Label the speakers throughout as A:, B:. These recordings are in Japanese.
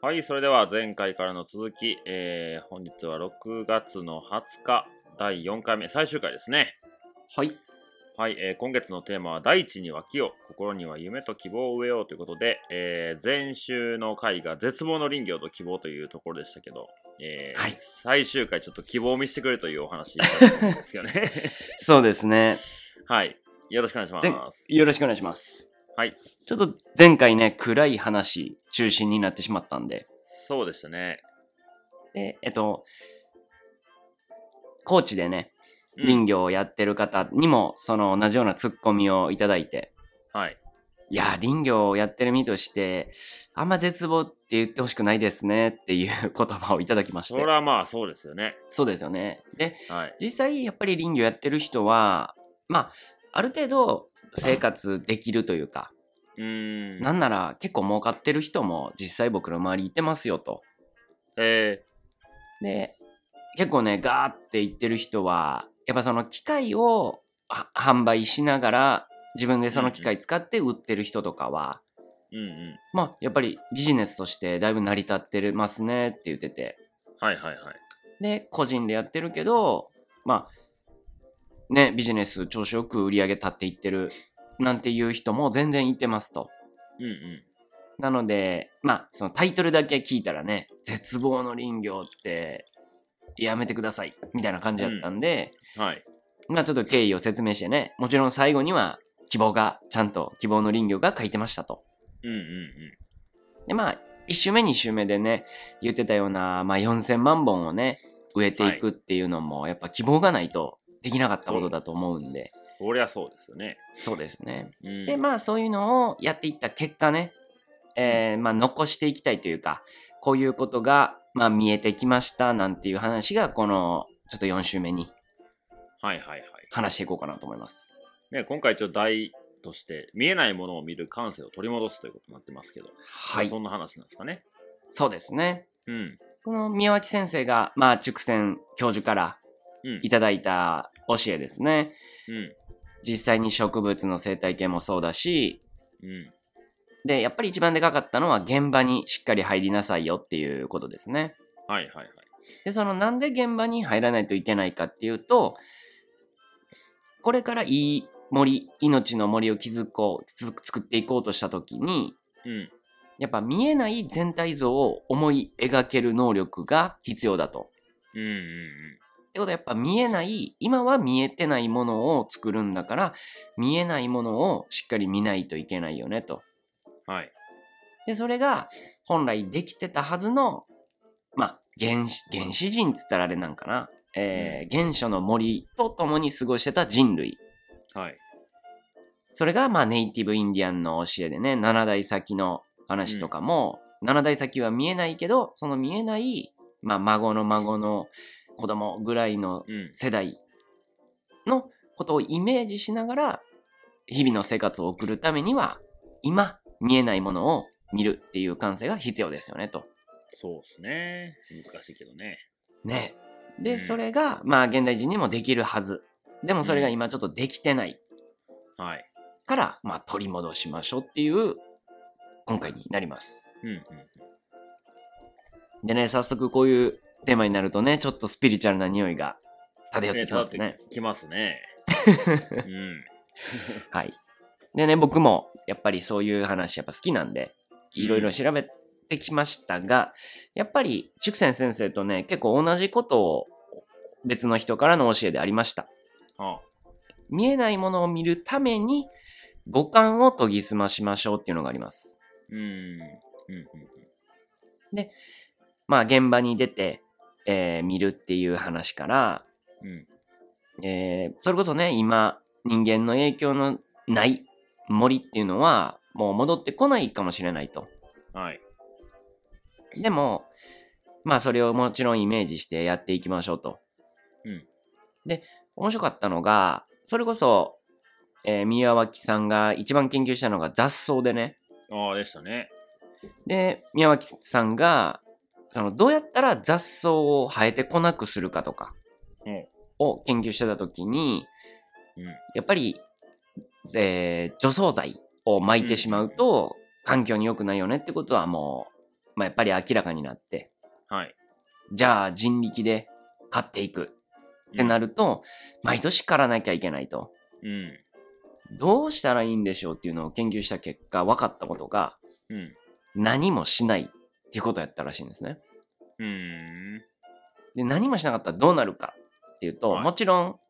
A: はい、それでは前回からの続き、えー、本日は6月の20日、第4回目、最終回ですね。
B: はい。
A: はい、えー今月のテーマは、大地には木を、心には夢と希望を植えようということで、えー前週の回が絶望の林業と希望というところでしたけど、えー
B: はい
A: 最終回ちょっと希望を見せてくれというお話だったと思うんですけどね。
B: そうですね。
A: はい、よろしくお願いし
B: ぜん
A: ます。
B: よろしくお願いします。
A: はい、
B: ちょっと前回ね、暗い話中心になってしまったんで。
A: そうでしたね。
B: で、えっと、高知でね、
A: うん
B: 林業をやってる方にも、その同じようなツッコミをいただいて、
A: はい。
B: いやー、林業をやってる身として、あんま絶望って言ってほしくないですねっていう言葉をいただきまし
A: そ
B: て
A: れ。はまあそうですよね。
B: そうですよね。で、
A: はい。
B: 実際やっぱり林業やってる人は、まあ、ある程度生活できるというか、
A: うーん。
B: なんなら結構儲かってる人も実際僕の周りいてますよと。
A: え
B: で、結構ね、ガーって言ってる人は、やっぱその機械をは販売しながら自分でその機械使って売ってる人とかは、
A: ー、うんう
B: まあやっぱりビジネスとしてだいぶ成り立ってますねって言ってて。
A: ん。はいはいはい。
B: で、個人でやってるけど、まあ、ね、ビジネス調子よく売り上げ立っていってるなんていう人も全然いてますと。
A: うんうん。
B: なので、まあ、そのタイトルだけ聞いたらね、絶望の林業ってやめてください、みたいな感じだったんで、
A: はい。
B: まあちょっと経緯を説明してね、もちろん最後には希望が、ちゃんと希望の林業が書いてましたと。
A: うんうん
B: で、まあ、1周目2周目でね、言ってたような、まあ4000万本をね、植えていくっていうのも、やっぱ希望がないとできなかったことだと思うんで、
A: うん。そりゃそうですよね。
B: そうですね。
A: うん、
B: でまあそういうのをやっていった結果ね、えーまあ、残していきたいというかこういうことが、まあ、見えてきましたなんていう話がこのちょっと4週目に
A: はいはいはい。
B: 話していこうかなと思います。
A: ね、今回ちょっと題として、見えないものを見る感性を取り戻すということになってますけど、
B: はい
A: そんな話なんですかね。
B: そうですね
A: うん。
B: この宮脇先生が、まあ、畜泉教授から
A: うん
B: い。ただいた教えですね
A: うん。
B: 実際に植物の生態系もそうだし
A: うん。
B: でやっぱり一番でかかったのは現場にしっかり入りなさいよっていうことですね。
A: はいはいはい。
B: でそのなんで現場に入らないといけないかっていうとこれからいい森命の森を築こうつ作っていこうとした時に
A: うん。
B: やっぱ見えない全体像を思い描ける能力が必要だと。
A: うんうん
B: ってことはやっぱ見えない今は見えてないものを作るんだから見えないものをしっかり見ないといけないよねと。
A: うん。はい。
B: でそれが本来できてたはずのまあ原始原始人っつったらあれなんかな、えー原初の森と共に過ごしてた人類
A: はい。
B: それがまあネイティブインディアンの教えでね7代先の話とかも、7代先は見えないけどその見えない、まあ、孫の孫の子供ぐらいの
A: うん。
B: 世代のことをイメージしながら日々の生活を送るためには今見えないものを見るっていう感性が必要ですよねと。
A: そうですね。難しいけどね。
B: ね。
A: う
B: で、
A: ん
B: それがまあ現代人にもできるはず。でもそれが今ちょっとできてない
A: はい。
B: から、まあ取り戻しましょうっていう今回になります。
A: うんうん。
B: でね、早速こういうテーマになるとね、ちょっとスピリチュアルな匂いが漂ってきますね。
A: えー。きます ね。うん。
B: はい。でね、僕もやっぱりそういう話やっぱ好きなんで、いろいろ調べてきましたが、やっぱり畜生先生とね、結構同じことを別の人からの教えでありました。
A: はあ。
B: 見えないものを見るために、五感を研ぎ澄ましましょうっていうのがあります。
A: うん。うんうん
B: まあ、現場に出て、えー見るっていう話から、
A: うん。うん。
B: えーそれこそね、今、人間の影響のない森っていうのは、もう戻ってこないかもしれないと。
A: はい。
B: でも、まあそれをもちろんイメージしてやっていきましょうと。
A: うん
B: で、面白かったのが、それこそ、えー宮脇さんが一番研究したのが雑草でね。
A: ああ、でしたね。
B: で、宮脇さんが、その、どうやったら雑草を生えてこなくするかとか
A: うん。
B: を研究してた時に、
A: うん。
B: やっぱり、えー除草剤を撒いてしまうと、環境に良くないよねってことはもう、まあ、やっぱり明らかになって、
A: はい。
B: じゃあ人力で買っていくってな
A: る。
B: ると、毎年狩らなきゃいけないと。
A: うん。
B: どうしたらいいんでしょうっていうのを研究した結果、分かったことが、
A: うん。
B: 何もしないっていうことやったらしいんですね。
A: うーん。
B: で、何もしなかったらどうなるかっていうと、
A: はい
B: もちろん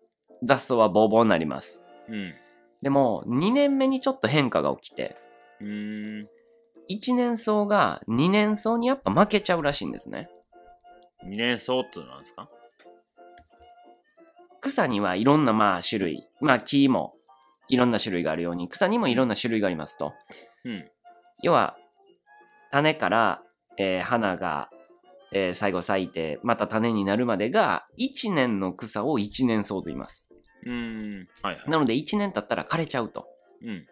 B: 雑草はボーボーになります。
A: うん。
B: でも、2年目にちょっと変化が起きて、
A: うーん。
B: 1年草が2年草にやっぱ負けちゃうらしいんですね。
A: 二年草っていうのなんですか
B: 草にはいろんなまあ種類、まあ木もいろんな種類があるように、草にもいろんな種類がありますと。
A: うん。
B: 要は、種から、えー花が、えー最後咲いて、また種になるまでが、1年の草を1年草と言います。
A: うーん。はいはい。
B: なので1年経ったら枯れちゃうと。
A: うん。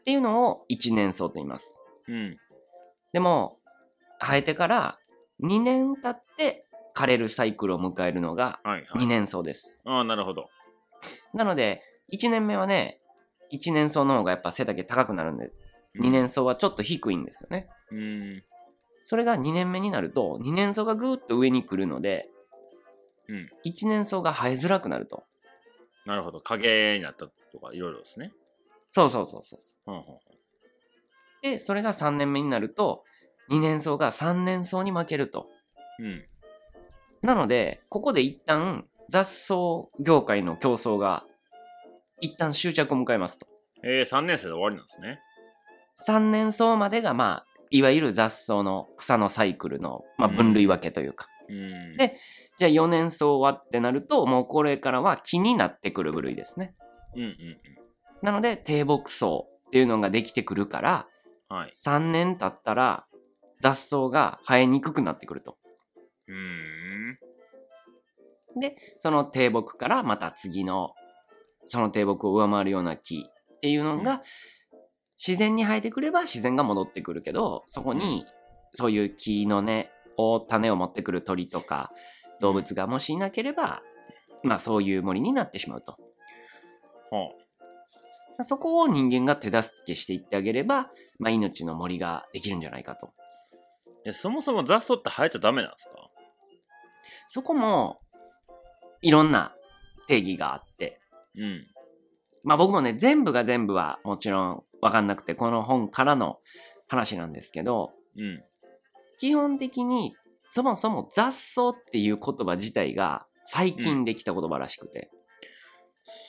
B: っていうのを1年草と言います。
A: うん。
B: でも、生えてから2年経って枯れるサイクルを迎えるのが
A: はいは
B: 2
A: い。
B: 年草です。
A: ああ、なるほど。
B: なので、1年目はね、1年草の方がやっぱ背丈高くなるんで、
A: うん
B: 2年。草はちょっと低いんですよね。
A: うーん。
B: それが2年目になると、2年草がぐーっと上に来るので、
A: うん。
B: 1年草が生えづらくなると。
A: なるほど。影になったとか、いろいろですね。
B: そうそうそうそう。
A: ほんほんほん
B: で、それが3年目になると、2年草が3年草に負けると。
A: うん。
B: なので、ここで一旦雑草業界の競争が一旦終着を迎えますと。
A: えー、三年生で終わりなんですね。
B: 3年草までがまあ、いわゆる雑草の草のサイクルの、まあ、
A: うん
B: 分類分けというか。
A: うーん。
B: でじゃあ4年草はってなると、もうこれからは木になってくる部類ですね。
A: うんうんうん。
B: なので、低木草っていうのができてくるから、
A: はい。
B: 3年経ったら雑草が生えにくくなってくると。
A: うーん。
B: で、その低木からまた次の、その低木を上回るような木っていうの
A: う
B: が、自然に生えてくれば自然が戻ってくるけど、そこに、そういう木の根を種を持ってくる鳥とか、動物がもしいなければ、まあそういう森になってしまうと。
A: ほう。
B: そこを人間が手助けしていってあげれば、まあ命の森ができるんじゃないかと。
A: え、そもそも雑草って生えちゃダメなんですか
B: そこも、いろんな定義があって、
A: うん。
B: まあ僕もね、全部が全部はもちろんわかんなくて、この本からの話なんですけど、
A: うん。
B: 基本的にそもそも雑草っていう言葉自体が最近できた言葉らしくて。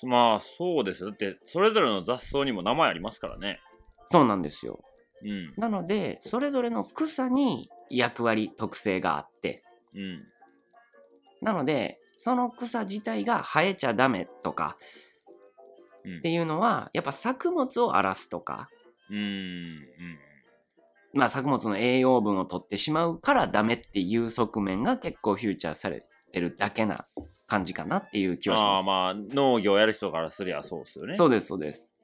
A: まあ、そうですよ。だって、それぞれの雑草にも名前ありますからね。
B: そうなんですよ。
A: うん。
B: なので、それぞれの草に役割、特性があって、
A: うん。
B: なので、その草自体が生えちゃダメとか
A: うん
B: っていうのは、やっぱ作物を荒らすとか、
A: うーん。うん。
B: まあ作物の栄養分を取ってしまうからダメっていう側面が結構フューチャーされてるだけな感じかなっていう気はします。
A: ああまあ農業やる人からすりゃそうですよね。
B: そう
A: う。
B: です、そうです。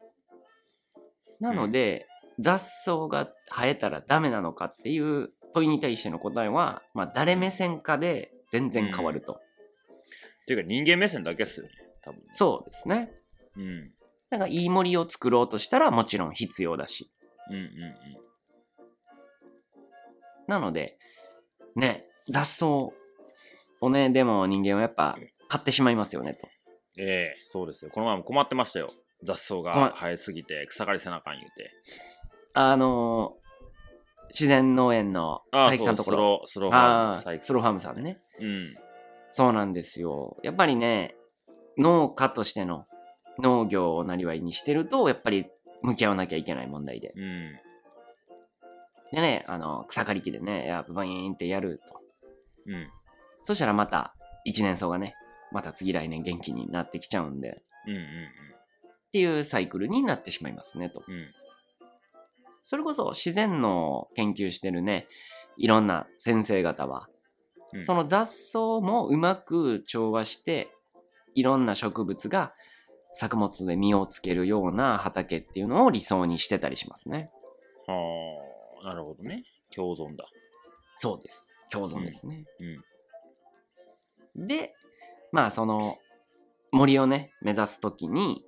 B: なので、雑草が生えたらダメなのかっていう問いに対しての答えは、まあ誰目線かで全然変わると。
A: っていうか人間目線だけっすよね。多分。
B: そうですね。
A: うん。うん
B: だからいい森を作ろうとしたらもちろん必要だし。
A: うん
B: なので、ね、雑草をね、でも人間はやっぱ買ってしまいますよねと。
A: うん。ええそうですよ。この前も困ってましたよ。雑草
B: 困
A: が生えすぎて草刈りせなあかん言うて。
B: あのー自然農園の
A: ああ、
B: 佐伯さんのところ。
A: そうスロー、スロー
B: あ
A: ファーム。
B: あ、スローファームさ
A: ね。
B: んね。
A: うん。
B: そうなんですよ。やっぱりね、農家としての農業をなりわいにしてると、やっぱり向き合わなきゃいけない問題で。
A: うん。
B: でね、あの、草刈り機でね、やブバイーンってやると。
A: うん。
B: そしたらまた、一年草がね、また次来年元気になってきちゃうんで、っ
A: うんうん
B: ていうサイクルになってしまいますね、と。
A: うん。うん。
B: それこそ自然農を研究してるね、いろんな先生方は、
A: うん
B: その雑草もうまく調和して、いろんな植物が作物で実をつけるような畑っていうのを理想にしてたりしますね。
A: ああ、なるほどね。共存だ。
B: そうです。共存ですね。
A: うん。
B: で、まあその森をね、目指すときに、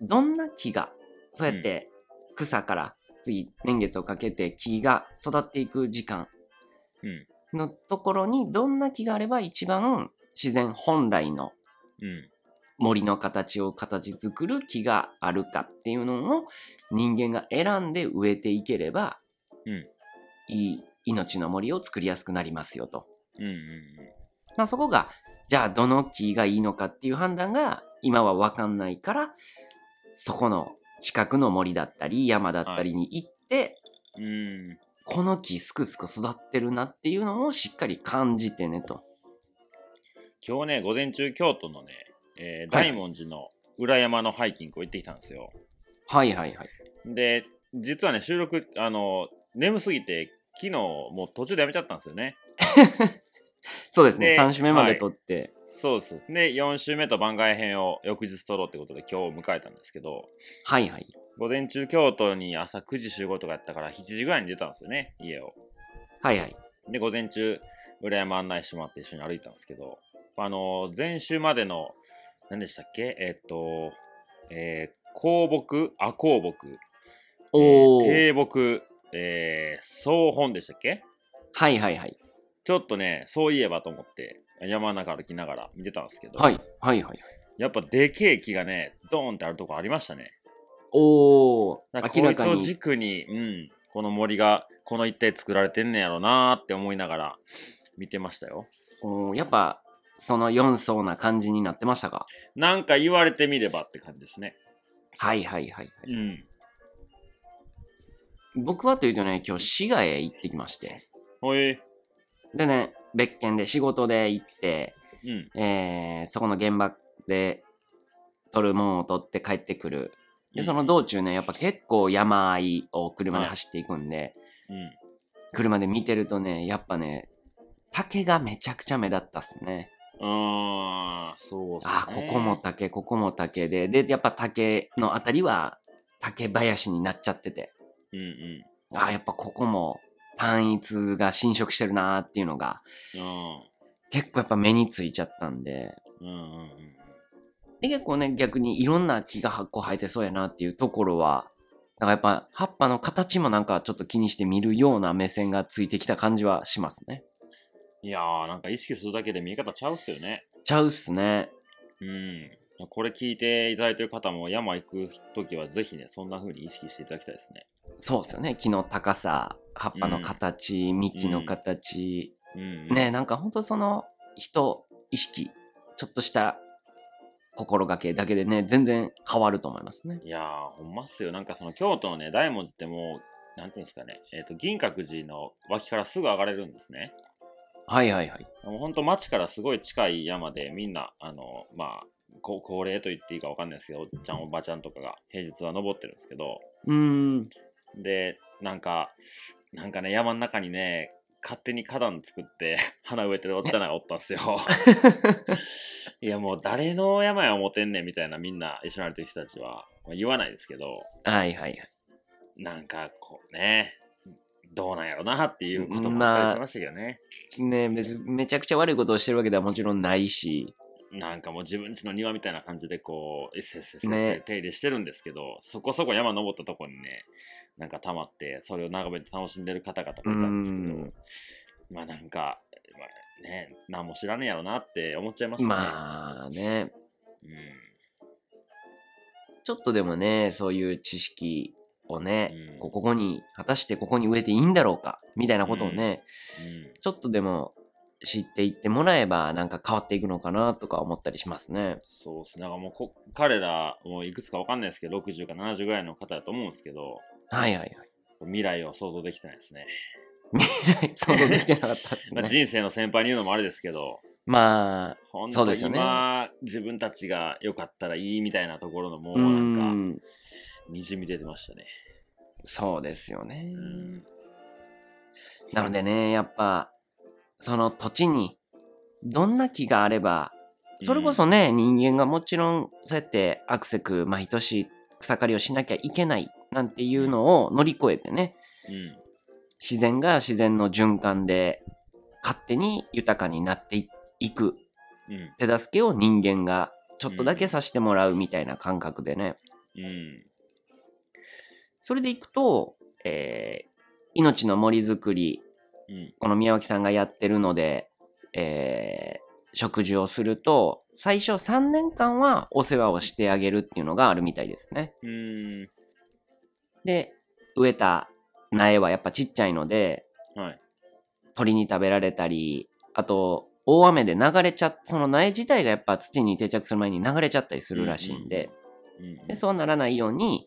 B: どんな木が、そうやって草から次、年月をかけて木が育っていく時間
A: うん
B: のところに、どんな木があれば一番自然本来の
A: うん
B: 森の形を形作る木があるかっていうのを人間が選んで植えていければ、
A: うん
B: いい命の森を作りやすくなりますよと。
A: うんうん
B: まあ、そこがじゃあどの木がいいのかっていう判断が今は分かんないからそこの近くの森だったり山だったりに行って、
A: うんうん
B: この木すくすく育ってるなっていうのをしっかり感じてねと。
A: 今日ね午前中京都のね、えー
B: はい
A: 大文字の裏山のハイキングを行ってきたんですよ
B: はいはいはい。
A: で実はね収録あの眠すぎて昨日もう途中でやめちゃったんですよね
B: そうですね
A: で
B: 3種目まで
A: はい
B: 取って、
A: そうそうで4週目と番外編を翌日撮ろうってことで今日迎えたんですけど
B: はい、はい
A: 午前中京都に朝9時集合とかやったから7時ぐらいに出たんですよね家を
B: はいはい。
A: で午前中裏山案内してもらって一緒に歩いたんですけどあの前週までの何でしたっけえっとえー、香木あ香木
B: おー。
A: えー低木えー、総本でしたっけ
B: はいはいはい。
A: ちょっとねそういえばと思って山の中歩きながら見てたんですけど、
B: はいはいはい。
A: やっぱでけえ木がねドーンってあるとこありましたね
B: おー。
A: なんか
B: 明
A: こ
B: ら
A: いつ
B: か
A: を
B: に。
A: 軸に、うん、この森がこの一帯作られてんねやろなーって思いながら見てましたよ
B: おーやっぱ、その4層な感じになってましたか
A: なんか言われてみればって感じですね
B: はいはいはい。
A: うん
B: 僕はというとね、今日滋賀へ行ってきまして。
A: ほい
B: でね、別件で仕事で行って、
A: うん
B: えー、そこの現場で撮るもんを撮って帰ってくる。で、その
A: うん
B: 道中ね、やっぱ結構山あいを車で走っていくんで、
A: うん
B: 車で見てるとね、やっぱね、竹がめちゃくちゃ目立ったっすね。
A: あーそうっすね
B: あーここも竹ここも竹ででやっぱ竹のあたりは竹林になっちゃってて
A: うんうん
B: あーやっぱここも単一が侵食してるなーっていうのが
A: あ
B: 結構やっぱ目についちゃったんで
A: ーうんうんうん
B: で結構ね逆にいろんな木が発酵生えてそうやなっていうところはだからやっぱ葉っぱの形もなんかちょっと気にして見るような目線がついてきた感じはしますね
A: いやーなんか意識するだけで見え方ちゃうっすよね
B: ちゃうっすね
A: うんこれ聞いていただいてる方も山行く時はぜひねそんな風に意識していただきたいですね
B: そうっすよね木の高さ葉っぱの形、幹の形、
A: うんうん、
B: ねなんかほんとその人意識ちょっとした心がけだけでね全然変わると思いますね
A: いやー、ほんまっすよ。なんかその京都のね、大文字ってもう、なんていうんですかね、えっ、と、銀閣寺の脇からすぐ上がれるんですね。
B: はいはいはい
A: もうほんと町からすごい近い山で、みんな、あの、まあ、こ高齢と言っていいかわかんないですけど、おっちゃんおばちゃんとかが平日は登ってるんですけど、
B: うーん
A: で、なんか、なんかね、山の中にね、勝手に花壇作って 花植えてるおっちゃんらがおったんすよ。いや、もう誰の山や思てんねんみたいなみんな一緒になる人たちは、まあ言わないですけど、
B: はいはいはい
A: なんかこうね、どうなんやろなっていうこともあったりしましたけどね。
B: ね別にめちゃくちゃ悪いことをしてるわけではもちろんないし
A: なんかもう自分家の庭みたいな感じでこう、えっせっせっせっ
B: ね
A: せ手入れしてるんですけど、そこそこ山登ったとこにね、なんか溜まって、それを眺めて楽しんでる方々がいたん
B: う
A: で
B: ん
A: すけど、まあなんか、まあね、何も知らねえやろなって思っちゃいましたね。
B: まあね
A: うん、
B: ちょっとでもねそういう知識をね、
A: うん
B: こここに果たしてここに植えていいんだろうかみたいなことをね、
A: うん
B: ちょっとでも知っていってもらえばなんか変わっていくのかなとか思ったりしますね
A: そうっすなんかもうこ彼らもういくつかわかんないですけど60か70ぐらいの方だと思うんですけど
B: はいはいはい
A: 未来を想像できてないですね
B: 想像できてなかったです
A: まあ、
B: ね。
A: 人生の先輩に言うのもあれですけど、
B: まあ、
A: 本
B: そう
A: 当
B: で
A: に
B: すよね
A: 今、自分たちが良かったらいいみたいなところのもう
B: う
A: なんか、
B: ん、
A: にじみ出てましたね。
B: そうですよね
A: う。ん
B: なのでね、やっぱ、その土地に、どんな木があれば、それこそね、人間がもちろん、そうやってアクセク、毎年草刈りをしなきゃいけない、なんていうのを乗り越えてね、
A: うん
B: 自然が自然の循環で、勝手に豊かになっていいく
A: うん
B: 手助けを人間が、ちょっとだけさせてもらうみたいな感覚でね、
A: うん
B: それでいくと、えー命の森づくり、
A: うん。
B: この宮脇さんがやってるので、えー植樹をすると、最初3年間はお世話をしてあげるっていうのがあるみたいですね。
A: うーん。
B: で、植えた苗はやっぱちっちゃいので、
A: はい。
B: 鳥に食べられたり、あと、大雨で流れちゃっその苗自体がやっぱ土に定着する前に流れちゃったりするらしいんで、
A: うんうん
B: でそうならないように、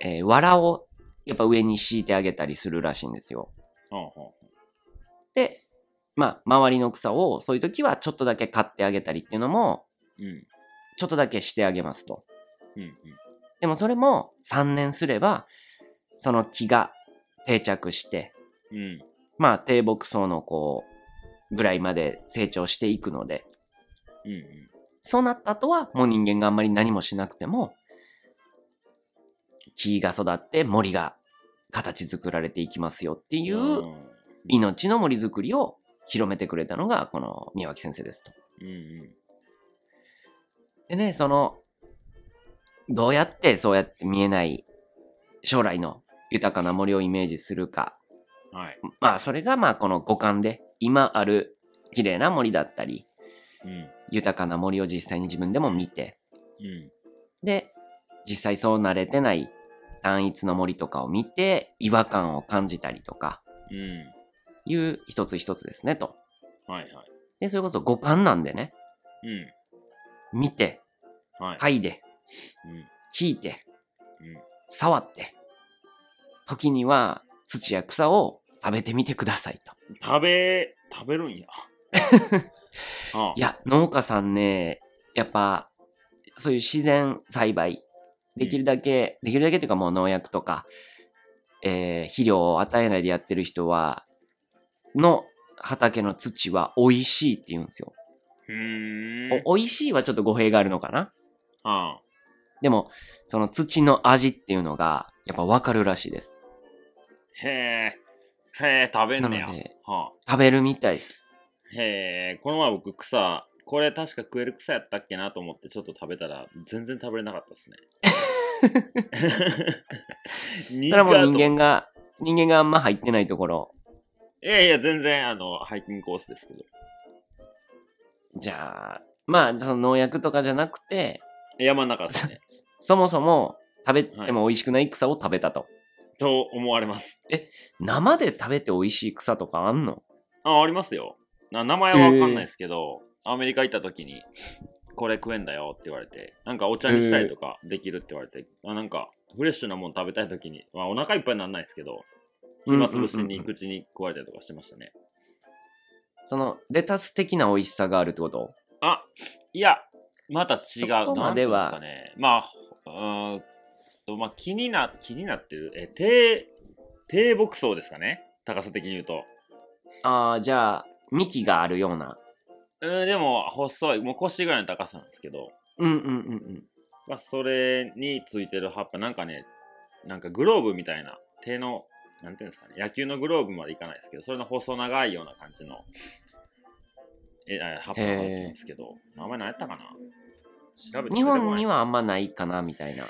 B: えー藁をやっぱ上に敷いてあげたりするらしいんですよ。
A: ほうほ
B: で、まあ、周りの草をそういう時はちょっとだけ買ってあげたりっていうのも、
A: う。うん。
B: ちょっとだけしてあげますと。
A: うんうん。
B: でもそれも3年すれば、その木が定着して、
A: うん。
B: まあ、低木層のこう、ぐらいまで成長していくので、
A: うんうん。
B: そうなった後はもう人間があんまり何もしなくても、木が育って森が形作られていきますよってい
A: うん
B: う命の森づくりを広めてくれたのがこの宮脇先生ですと。
A: うん
B: でね、その、どうやってそうやって見えない将来の豊かな森をイメージするか。
A: うん。はい。
B: まあそれがまあこの五感で今ある綺麗な森だったり、
A: うん。
B: 豊かな森を実際に自分でも見て、
A: うん。
B: で、実際そう慣れてない単一の森とかを見て違和感を感じたりとか
A: う
B: いう一つ一つですねと。
A: ん。はいはい。
B: で、それこそ五感なんでね、
A: うん。
B: 見て、
A: はい。
B: 嗅いで、
A: うん。
B: 聞いて、
A: うん。
B: 触って、時には土や草を食べてみてくださいと。
A: 食べ、食べ るんや。ああ
B: いや、農家さんね、やっぱそういう自然栽培、できるだけ、できるだけっていうかもう農薬とか、えー肥料を与えないでやってる人は、の畑の土は美味しいって言うんですよ。
A: うーん。
B: お美味しいはちょっと語弊があるのかな
A: ああ
B: でも、その土の味っていうのが、やっぱわかるらしいです。
A: へえ。へえ、食べんねや
B: なので。
A: はあ。
B: 食べるみたいです。
A: へえ、この前僕草、これ確か食える草やったっけなと思ってちょっと食べたら全然食べれなかった ですね。 人
B: それはもう
A: 間
B: 人間が、人間があんま入ってないところ。
A: いやいや、全然あの、ハイキングコースですけど。
B: じゃあ、まあ、その農薬とかじゃなくて、
A: 山の中 ですね。
B: そもそも食べても美味しくない草を食べたと。
A: と思われます。
B: 生で食べて美味しい草とかあんの
A: あ、ありますよ。な名前はわかんないですけど、アメリカ行った時に、これ食えんだよって言われて、なんかお茶にしたりとかできるって言われて、あなんかフレッシュなもの食べたい時に、まあ、お腹いっぱいにならないですけど、暇つぶしに口に食われたりとかしてましたね。
B: そのレタス的な美味しさがあるってこと
A: あいや、また違う。
B: そこまでは
A: なんていうんですかね。まあ、うーんと、まあ、気にな、気になってる。え、低、低牧草ですかね。高さ的に言うと。
B: ああじゃあ幹があるような
A: うん、でも、細い、もう腰ぐらいの高さなんですけど、
B: うんうんうんうん
A: まあ、それについてる葉っぱ、なんかね、なんかグローブみたいな、手の、なんていうんですかね、野球のグローブまでいかないですけど、それの細長いような感じの、え、あ葉っぱの形なんですけど、名前何やったかな調べて
B: 日本に
A: は
B: はあんまないかなみたいな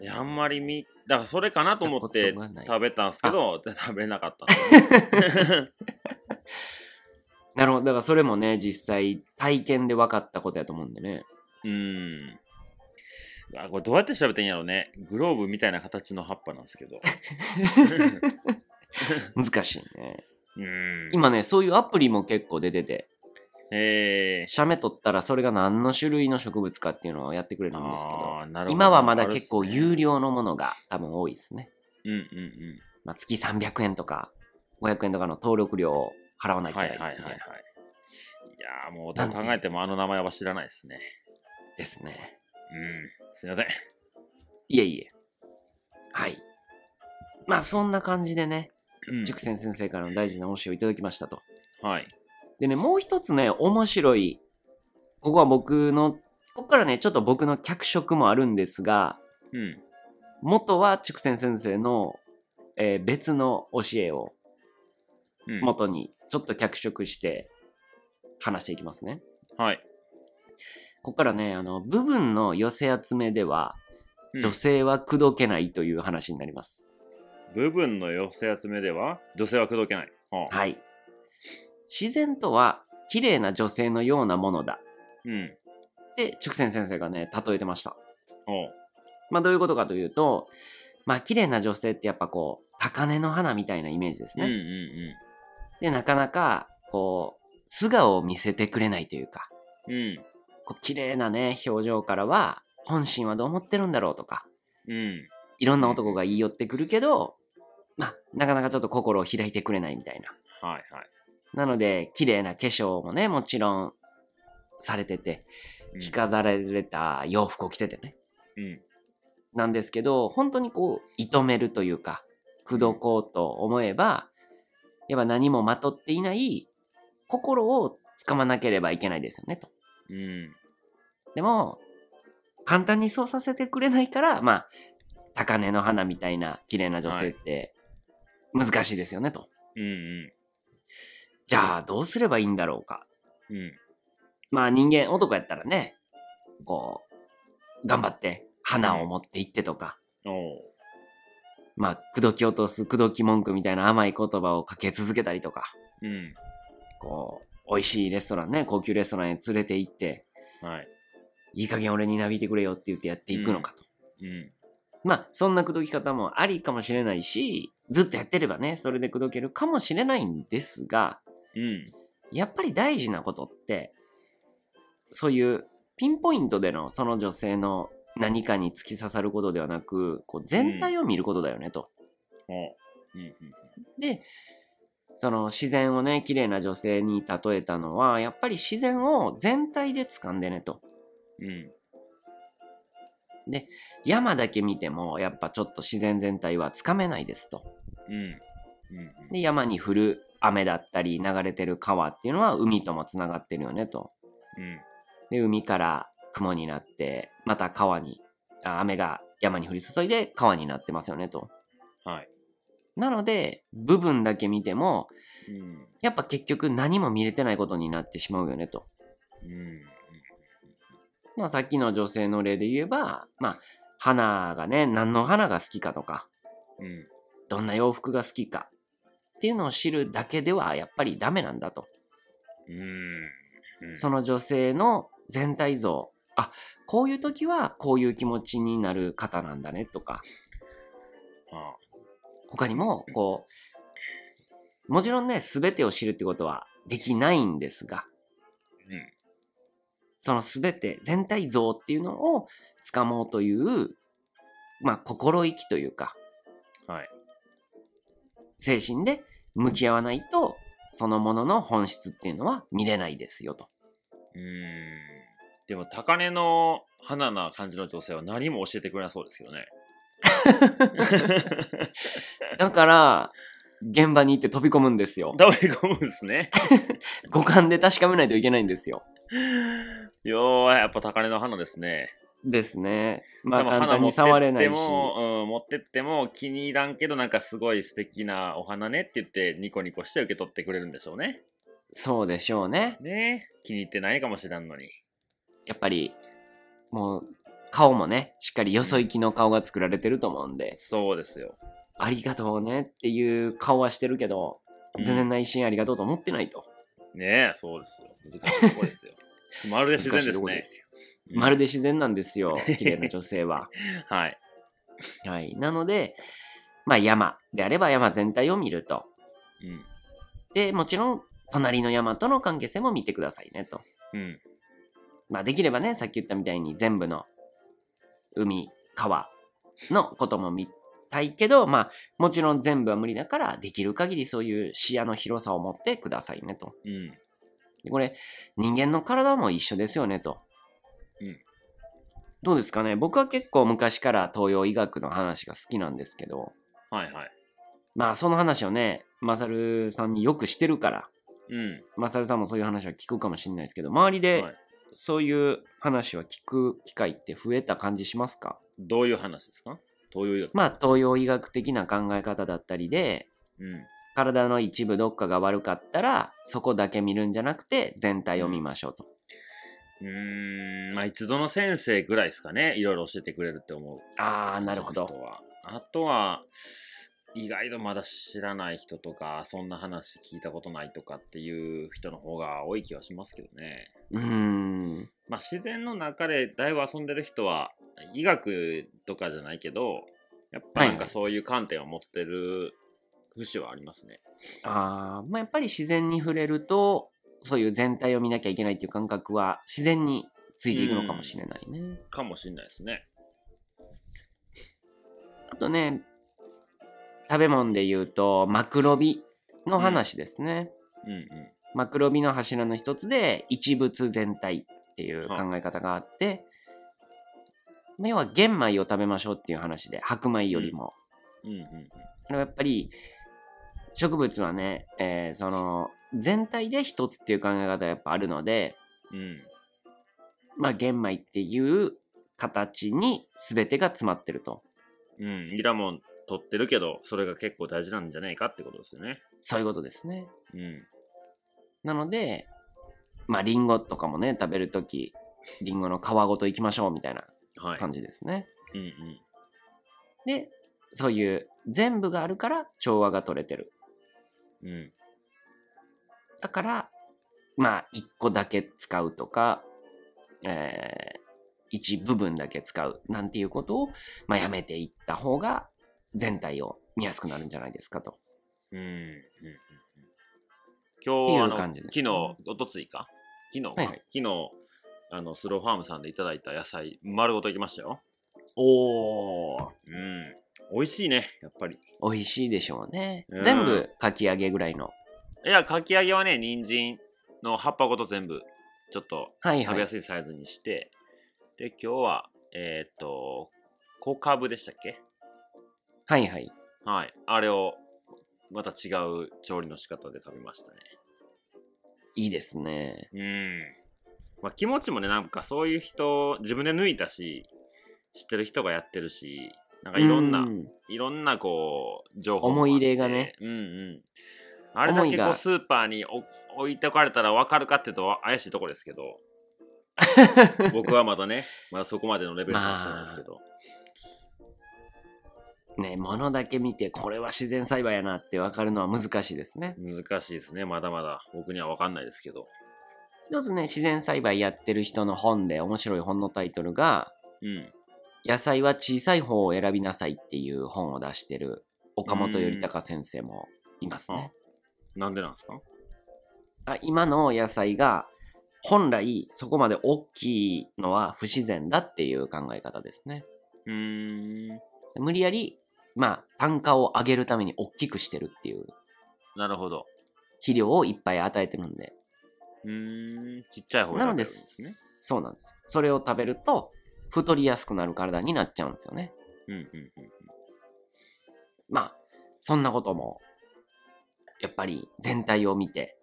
B: い
A: や、あんまりみ、だからそれかなと思って
B: 見たことがない
A: 食べたんですけど、全然食べれなかったんですよね。
B: なるほどだからそれもね実際体験で分かったことやと思うんでね
A: うーん。うわこれどうやって調べていいんやろうね。グローブみたいな形の葉っぱなんです けど。
B: 難しいね
A: うーん。
B: 今ねそういうアプリも結構出てて
A: え
B: 写メ撮ったらそれが何の種類の植物かっていうのをやってくれ
A: ー、
B: るんですけど
A: あーなるほど
B: 今はまだ結構
A: あれっすね
B: 有料のものが多分多いですね
A: うんうん
B: まあ、月300円とか500円とかの登録料を払わ
A: う。
B: なんいとい
A: は
B: け
A: い
B: な
A: はいいはいはい。い
B: みたいな
A: やーもうどう考えてもあの名前は知らないですね。
B: ですね。
A: うん。すいません。
B: いえいえ。はい。まあそんな感じでね、
A: うん
B: 塾先先生からの大事な教えをいただきましたと。
A: はい。
B: でね、もう一つね、面白い、ここは僕の、ここからね、ちょっと僕の脚色もあるんですが、
A: うん。
B: 元は塾先先生の、えー別の教えを
A: うん、
B: 元にちょっと脚色して話していきますね。
A: はい。
B: ここからね、あの、部分の寄せ集めでは、
A: うん
B: 女性は口説けないという話になります。
A: 部分の寄せ集めでは女性は口説けない。はあ
B: はい。自然とは綺麗な女性のようなものだ。
A: うん。
B: で、直線先生がね、例えてました。
A: おう
B: まあどういうことかというと、まあ綺麗な女性ってやっぱこう、高嶺の花みたいなイメージです
A: うんうん
B: ね。で、なかなか、こう、素顔を見せてくれないというか、
A: うん。うん。
B: こう綺麗なね、表情からは、本心はどう思ってるんだろうとか、
A: うん。
B: いろんな男が言い寄ってくるけど、まあ、なかなかちょっと心を開いてくれないみたいな。
A: はいはい。
B: なので、綺麗な化粧もね、もちろん、されてて、
A: うん
B: 着飾られた洋服を着ててね。
A: うん。
B: なんですけど、本当にこう、射止めるというか、口説こうと思えば、やっぱ何もまとっていない、心をつかまなければいけないですよね、と。
A: うん。
B: でも、簡単にそうさせてくれないから、まあ、高嶺の花みたいな綺麗な女性って、難しいですよね、と。
A: うん
B: じゃあ、どうすればいいんだろうか。
A: うん。うん。
B: まあ人間、男やったらね、こう、頑張って花を持って行ってとか、
A: おう
B: まあ、口説き落とす、口説き文句みたいな甘い言葉をかけ続けたりとか、
A: うん。
B: こう、美味しいレストランね、高級レストランへ連れて行って、
A: はい。
B: いい加減俺になびいてくれよって言ってやっていくのかと。
A: うん。
B: まあ、そんな口説き方もありかもしれないし、ずっとやってればね、それで口説けるかもしれないんですが、
A: うん。
B: やっぱり大事なことって、そういうピンポイントでのその女性の何かに突き刺さることではなく、こう全体を見ることだよねと。
A: おううん。
B: で、その自然をね、綺麗な女性に例えたのは、やっぱり自然を全体で掴んでねと。
A: うん。うん。
B: 山だけ見ても、やっぱちょっと自然全体はつかめないですと。
A: うん。うん。
B: で、山に降る雨だったり、流れてる川っていうのは海ともつながってるよねと。
A: うん。
B: で、海から雲になって、また川に、あ雨が山に降り注いで川になってますよねと。
A: はい。
B: なので、部分だけ見ても、
A: うん。
B: やっぱ結局何も見れてないことになってしまうよねと。
A: うん。
B: まあさっきの女性の例で言えば、まあ、花がね、何の花が好きかとか、
A: うん。
B: どんな洋服が好きかっていうのを知るだけではやっぱりダメなんだと。
A: うん。うん。
B: その女性の全体像、あ、こういう時はこういう気持ちになる方なんだねとか、
A: あ
B: 他にも、こう、もちろんね、すべてを知るってことはできないんですが、
A: うん。
B: そのすべて、全体像っていうのをつかもうという、まあ、心意気というか、
A: はい。
B: 精神で向き合わないと、そのものの本質っていうのは見れないですよと。
A: うーん。でも、高嶺の花な感じの女性は何も教えてくれなそうですけど ね。
B: だから、現場に行って飛び込むんですよ。
A: ダメ込むんですね。
B: 五感で確かめないといけないんですよ。
A: よー、やっぱ高嶺の花ですね。
B: ですね。まあ、
A: 多分
B: 簡
A: 花
B: 単
A: 持っ
B: に
A: て
B: 触れない
A: っ
B: し。
A: ても、うん、持ってっても気に入らんけど、なんかすごい素敵なお花ねって言って、ニコニコして受け取ってくれるんでしょうね。
B: そうでしょうね。
A: ねえ気に入ってないかもしれんのに。
B: やっぱり、もう、顔もね、しっかりよそ行きの顔が作られてると思うんで、
A: そうですよ。
B: ありがとうねっていう顔はしてるけど、
A: うん
B: 全然内心ありがとうと思ってないと。
A: ねえ、そうですよ。難しいとこ ですよ。まるで自然ですね。
B: よ。まる
A: で。
B: で自然なんで すよ、綺麗な女性は。
A: はい。
B: はい。なので、まあ山であれば山全体を見ると。
A: うん。
B: で、もちろん、隣の山との関係性も見てくださいねと。
A: うん。
B: まあできればね、さっき言ったみたいに全部の海、川のことも見たいけど、まあもちろん全部は無理だから、できる限りそういう視野の広さを持ってくださいねと。
A: うん。
B: でこれ、人間の体も一緒ですよねと。
A: うん。
B: どうですかね僕は結構昔から東洋医学の話が好きなんですけど、
A: はいはい。
B: まあその話をね、マサルさんによくしてるから、
A: うん。
B: マサルさんもそういう話は聞くかもしれないですけど、周りで、
A: はい
B: そういう話は聞く機会って増えた感じしますか
A: どういう話ですか東洋医学。
B: まあ東洋医学的な考え方だったりで
A: うん。
B: 体の一部どっかが悪かったらそこだけ見るんじゃなくて全体を見ましょうと。
A: うーん。まあ、一度の先生ぐらいですかね。いろいろ教えてくれるって思う。
B: ああなるほ
A: 人
B: ど。
A: は。あとは、意外とまだ知らない人とか、そんな話聞いたことないとかっていう人の方が多い気はしますけどね。
B: うーん。
A: まあ自然の中でだいぶ遊んでる人は、医学とかじゃないけど、やっぱなん
B: はいは
A: か
B: い
A: そういう観点を持ってる節はありますね。
B: あーまあ、やっぱり自然に触れると、そういう全体を見なきゃいけないっていう感覚は自然についていくのかもしれないね。
A: かもしんないですね。
B: あとね、食べ物で言うと、マクロビの話ですね。
A: うんうん。
B: マクロビの柱の一つで、一物全体っていう考え方があって、まあ要は玄米を食べましょうっていう話で、白米よりも。
A: うんうん
B: あのやっぱり植物はね、えーその全体で一つっていう考え方がやっぱあるので、
A: うん。うん。
B: まあ、玄米っていう形に全てが詰まってると
A: うん、いらもん取ってるけど、それが結構大事なんじゃないかってことですよね。
B: そういうことですね
A: うん。
B: なのでまあリンゴとかもね食べるときリンゴの皮ごといきましょうみたいな
A: はい。
B: 感じですね、
A: うんうん。
B: でそういう全部があるから調和が取れてる
A: うん。
B: だから、まあ、一個だけ使うとか、えー一部分だけ使うなんていうことを、まあ、やめていった方が、全体を見やすくなるんじゃないですかと。
A: うん。うんうん。
B: っていう
A: 今日、あ
B: 感
A: の、
B: じ
A: 昨
B: です
A: 日、
B: ね
A: おとついか昨日、
B: はいはい
A: 昨日、あの、スローファームさんでいただいた野菜、丸ごといきましたよ。
B: おー。
A: うん。美味しいね、やっぱり。
B: 美味しいでしょうね。
A: うん
B: 全部かき揚げぐらいの。
A: いや、かき揚げはね、人参の葉っぱごと全部、ちょっと
B: はい
A: 食
B: は
A: べや
B: い。
A: すいサイズにして、で、今日は、えーっと、小カブでしたっけ
B: はいはい。
A: はい。あれを、また違う調理の仕方で食べましたね。
B: いいですね。
A: うん。まあ、気持ちもね、なんかそういう人、自分で抜いたし、知ってる人がやってるし、なんかいろんな、
B: うん
A: いろんなこう、情報も
B: 思い入れがね
A: あって。うんうん。あれだ
B: 思
A: け
B: い
A: こう
B: が
A: スーパーにお置いておかれたら分かるかっていうと怪しいとこですけど僕はまだね まだそこまでのレベル達してないですけど、
B: ね、物だけ見て、これは自然栽培やなって分かるのは難しいですね。
A: 難しいですねまだまだ僕には分かんないですけど
B: 一つね、自然栽培やってる人の本で面白い本のタイトルが、
A: うん
B: 野菜は小さい方を選びなさいっていう本を出してる岡本頼隆先生もいますね。
A: なんでなんですか
B: あ今の野菜が本来そこまで大きいのは不自然だっていう考え方ですね。
A: うーん
B: 無理やり、まあ、単価を上げるために大きくしてるっていう
A: なるほど
B: 肥料をいっぱい与えてるんで。
A: うーんちっちゃい方を
B: な
A: 選
B: の
A: べる
B: で
A: んですね
B: そうなんです。それを食べると太りやすくなる体になっちゃうんですよね。
A: うんうんうん
B: まあ、そんなことも、やっぱり全体を見て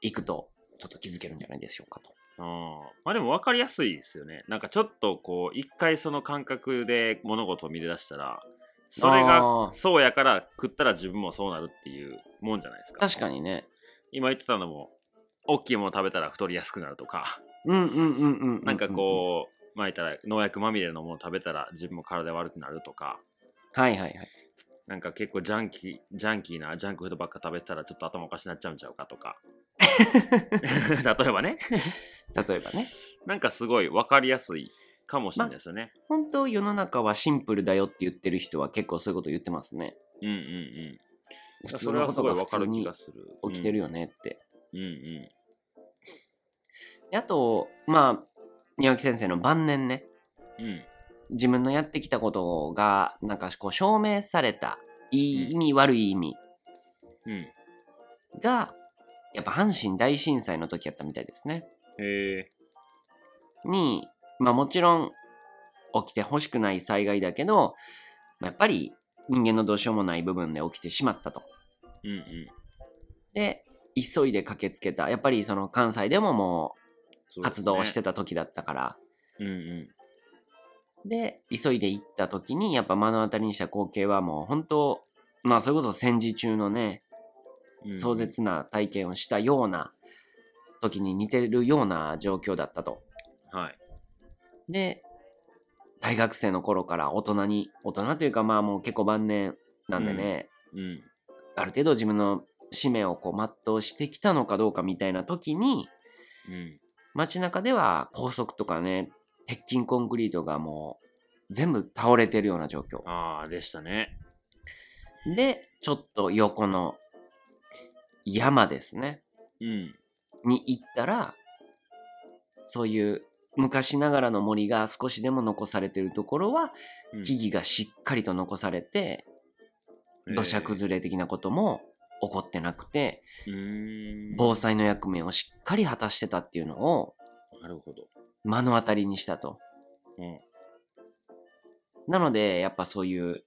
B: いくと、ちょっと気づけるんじゃないでしょうかと。
A: あーまあでも分かりやすいですよねなんかちょっとこう一回その感覚で物事を見出したらそれ
B: あ
A: が
B: ー
A: そうやから食ったら自分もそうなるっていうもんじゃないですか
B: 確かにね。
A: 今言ってたのも大きいもの食べたら太りやすくなるとか
B: うんうんうんうん
A: なんかこうまあ言ったら農薬まみれのもの食べたら自分も体悪くなるとか
B: うん。はいはいはい。
A: なんか結構ジャンキー、ジャンキーなジャンクフードばっか食べてたらちょっと頭おかしになっちゃうんちゃうかと か。例えばね。
B: 例えばね。
A: なんかすごい分かりやすいかもしれないですよね。
B: 本当世の中はシンプルだよって言ってる人は結構そういうこと言ってますね。
A: うんうんうん。
B: 普通のことが普通に
A: する
B: 起きてる
A: よ。
B: よねって。
A: うんうん。
B: であと、まあ、宮脇先生の晩年ね。
A: うん。
B: 自分のやってきたことが、なんかこう証明された。いい意味、悪い意味
A: うん。
B: が、やっぱ阪神大震災の時やったみたいですね。
A: へえ。
B: に、まあもちろん起きてほしくない災害だけど、まあ、やっぱり人間のどうしようもない部分で起きてしまったと。
A: うんうん。
B: で、急いで駆けつけた。やっぱりその関西でもも
A: そうです
B: う
A: ね
B: 活動をしてた時だったから。
A: うんうん。
B: で、急いで行った時に、やっぱ目の当たりにした光景はもう本当、まあそれこそ戦時中のね、
A: うんうん
B: 壮絶な体験をしたような時に似てるような状況だったと。
A: はい。
B: で、大学生の頃から大人に、大人というかまあもう結構晩年なんでね、
A: うん。
B: ある程度自分の使命をこう全うしてきたのかどうかみたいな時に、
A: うん。
B: 街中では高速とかね、鉄筋コンクリートがもう全部倒れてるような状況。
A: ああ、でしたね。
B: で、ちょっと横の山ですね、
A: うん。
B: に行ったら、そういう昔ながらの森が少しでも残されてるところは、
A: うん
B: 木々がしっかりと残されて、土砂崩れ的なことも起こってなくて、
A: えーうーん。
B: 防災の役目をしっかり果たしてたっていうのを
A: なるほど。
B: 目の当たりにしたと。
A: うん。
B: なので、やっぱそういう、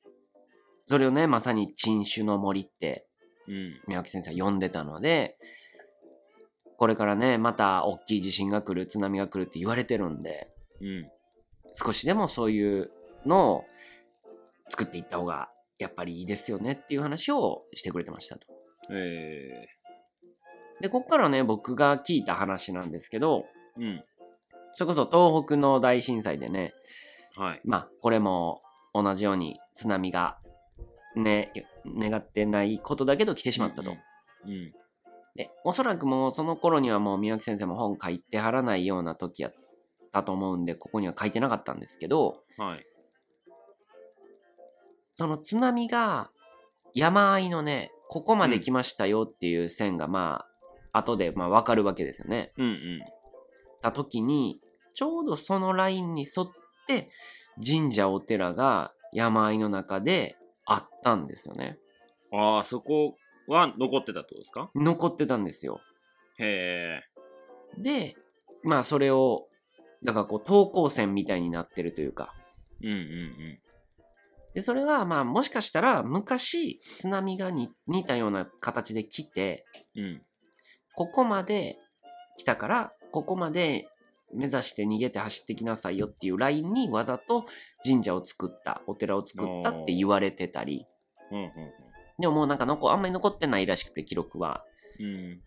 B: それをね、まさに鎮守の森って、
A: うん。
B: 宮脇先生は呼んでたので、これからね、また大きい地震が来る、津波が来るって言われてるんで、
A: うん。
B: 少しでもそういうのを作っていった方が、やっぱりいいですよねっていう話をしてくれてましたと。
A: え
B: で、こっからね、僕が聞いた話なんですけど、
A: ーうん。
B: それこそ東北の大震災でね、
A: はい。
B: まあ、これも同じように津波がね、願ってないことだけど来てしまったと。
A: うん。うん。
B: で、おそらくもうその頃にはもう宮脇先生も本書いてはらないような時やったと思うんで、ここには書いてなかったんですけど、
A: はい。
B: その津波が山あいのね、ここまで来ましたよっていう線がまあ、後でまあわかるわけですよね。
A: うんうん。
B: た時に、ちょうどそのラインに沿って神社お寺が山あいの中であったんですよね。
A: ああ、そこは残ってたってことですか
B: 残ってたんですよ。
A: へ
B: で、まあそれを、だからこう等高線みたいになってるというか。
A: え。うんうん
B: で、それがまあもしかしたら昔津波がに似たような形で来て、
A: うん。うん。
B: ここまで来たから、ここまで目指して逃げて走ってきなさいよっていうラインにわざと神社を作った、お寺を作ったって言われてたり、
A: うんうん
B: でももうなんかのこあんまり残ってないらしくて記録は。
A: うん。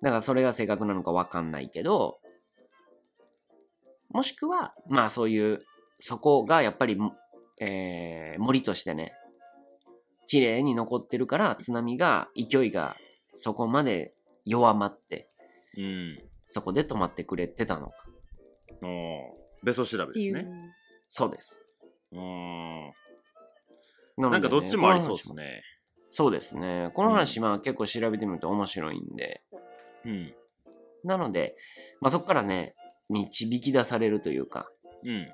B: だからそれが正確なのかわかんないけど、もしくは、まあそういう、そこがやっぱり、えー森としてね、綺麗に残ってるから津波が、勢いがそこまで弱まって、
A: うん。うん。
B: そこで止まってくれてたのか。
A: おーベソ調べですね。
B: そうです。
A: うん。
B: な
A: なんかどっちもありそうです
B: ね。
A: ね。
B: そうですね。この話、まあ結構調べてみると面白いんで、
A: うん。
B: なので、まあそこからね、導き出されるというか、
A: うん。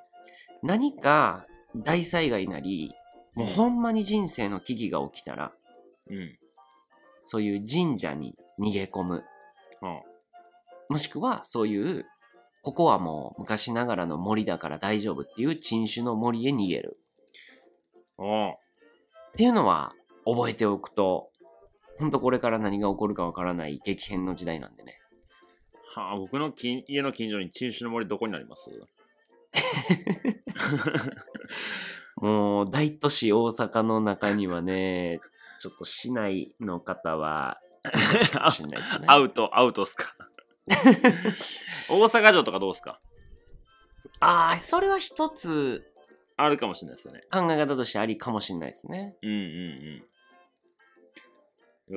B: 何か大災害なり、もうほんまに人生の危機が起きたら、
A: うん。
B: そういう神社に逃げ込む。
A: あ
B: もしくはそういう、ここはもう昔ながらの森だから大丈夫っていう鎮守の森へ逃げる。
A: あ。
B: っていうのは覚えておくと、ほんとこれから何が起こるかわからない激変の時代なんでね。
A: はあ、僕の近家の近所に珍種の森どこになります
B: もう大都市大阪の中にはね、ちょっと市内の方は、かもしんない ですね
A: アウト、アウトっすか。 大阪城とかどうっすか
B: ああ、それは一つ
A: あるかもしれないですよね。
B: 考え方としてありかもしれないですね。
A: うんうん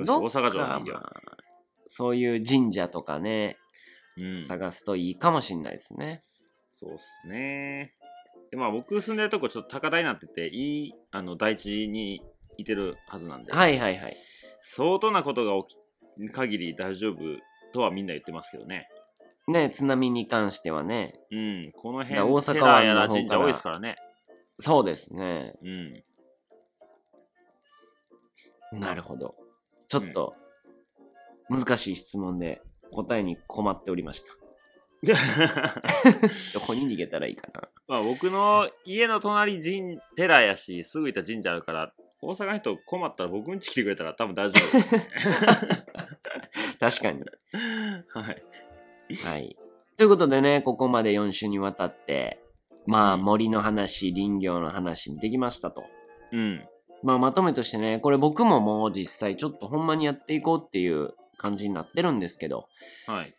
A: うん。よし、
B: どっ
A: 大阪城
B: か
A: に行
B: まあそういう神社とかね、
A: けよう。うん、そう
B: 探すといいかもしんないですね。
A: っすね。で、まあ僕住んでるとこちょっと高台になってて、いい、あの、台地にいてるはずなんで。
B: はいはいはい。
A: 相当なことが起き限り大丈夫とはみんな言ってますけどね。
B: ね、津波に関してはね、
A: うん、この辺、
B: だ大阪
A: テラーや
B: 湾
A: ら
B: の方
A: 神社
B: から
A: 多いですからね。
B: そうですね。
A: うん。
B: なるほど。ちょっと、難しい質問で答えに困っておりました。どこに逃げたらいいかな。
A: まあ僕の家の隣神寺やし、すぐ行った神社あるから、大阪の人困ったら僕ん家来てくれたら多分大丈夫 です、ね。
B: 確かに。
A: はい。
B: はい。ということでね、ここまで4週にわたって、まあ
A: うん
B: 森の話、林業の話できましたと。
A: うん。
B: まあまとめとしてね、これ僕ももう実際ちょっとほんまにやっていこうっていう感じになってるんですけど、
A: はい。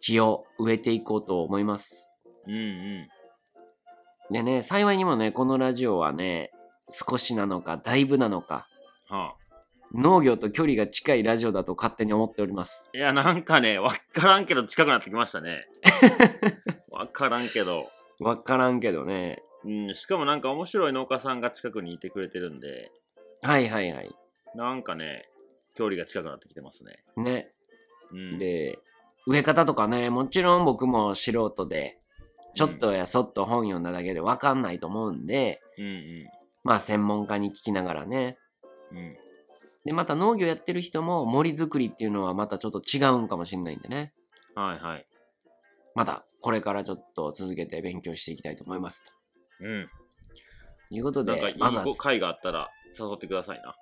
B: 木を植えていこうと思います。
A: うんうん。
B: でね、幸いにもね、このラジオはね、少しなのか、だいぶなのか、
A: はあ。
B: 農業と距離が近いラジオだと勝手に思っております。
A: いや、なんかね、わからんけど近くなってきました ね。わからんけど。
B: わからんけどね。
A: うん、しかもなんか面白い農家さんが近くにいてくれてるんで、
B: はいはいはい。
A: なんかね、距離が近くなってきてますね。
B: ね。
A: うん、、
B: で、植え方とかね、もちろん僕も素人で、ちょっとやそっと本読んだだけでわかんないと思うんで、
A: うんう
B: まあ専門家に聞きながらね。
A: んうん。
B: で、また農業やってる人も森作りっていうのはまたちょっと違うんかもしれないんでね。
A: はいはい。
B: またこれからちょっと続けて勉強していきたいと思います。と
A: うん。
B: いうこと
A: なんかい
B: で
A: い、
B: まずは
A: ご、会があったら誘ってくださいな。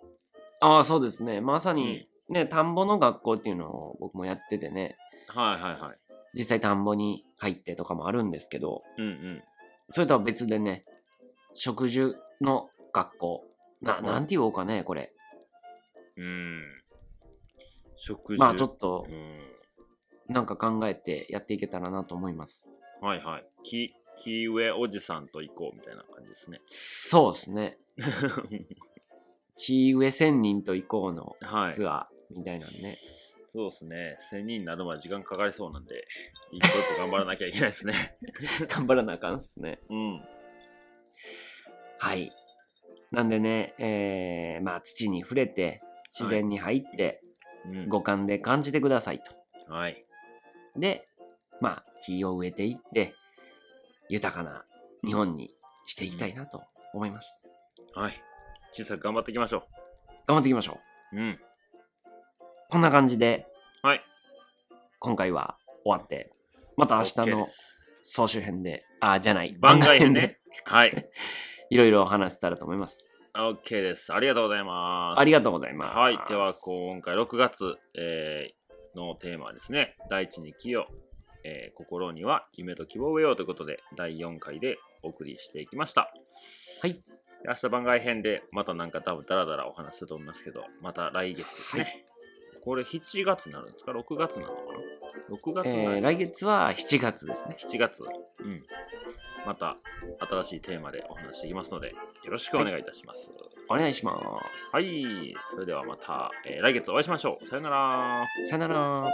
B: ああ、そうですね。まさ
A: う
B: に、
A: ん。
B: ね、田んぼの学校っていうのを僕もやっててね、
A: はいはいはい。
B: 実際田んぼに入ってとかもあるんですけど、
A: うんうん。
B: それとは別でね、植樹の学校。な、
A: うん
B: なんて言おうかね、これ。
A: うん。食事。
B: まあちょっと
A: う、ん。
B: なんか考えてやっていけたらなと思います。
A: はいはい。木、木植えおじさんと行こうみたいな感じですね。
B: そうですね。木植え千人と行こうの
A: はい。
B: ツアーみたいなのね。
A: そうですね。1000人になるまで時間かかりそうなんで、一個一個頑張らなきゃいけないです ね。
B: 頑張らなあかんっすね。
A: うん。
B: はい。なんでね、えー、まあ土に触れて、自然に入って、
A: うん
B: 五感で感じてくださいと。
A: はい。
B: で、まあ、木を植えていって、豊かな日本にしていきたいなと思います。
A: はい。小さく頑張っていきましょ
B: 頑張っていきましょう。
A: う。うん。
B: こんな感じで、
A: はい。
B: 今回は終わって、また明日
A: OK
B: の
A: です
B: 総集編で、あー、じゃない、
A: 番外編
B: で
A: ね、。はい。
B: いろいろ話せたらと思います。
A: OK です。ありがとうございます。
B: ありがとうございます。
A: はい。では、今回6月、えーのテーマはですね、大地に木を、えー心には夢と希望を植えようということで、第4回でお送りしていきました。
B: はい。
A: で明日番外編で、またなんか多分ダラダラお話しすると思いますけど、また来月ですね。
B: は
A: これ7月になるんですか ?6 月なのかな ?6 月
B: え
A: にな
B: ー
A: る
B: 来月は7月ですね。
A: 7月、うん、また新しいテーマでお話していきますので、よろしくお願いいたします。
B: お願いします。
A: はい、それではまた、えー来月お会いしましょう。さよなら。
B: さよなら。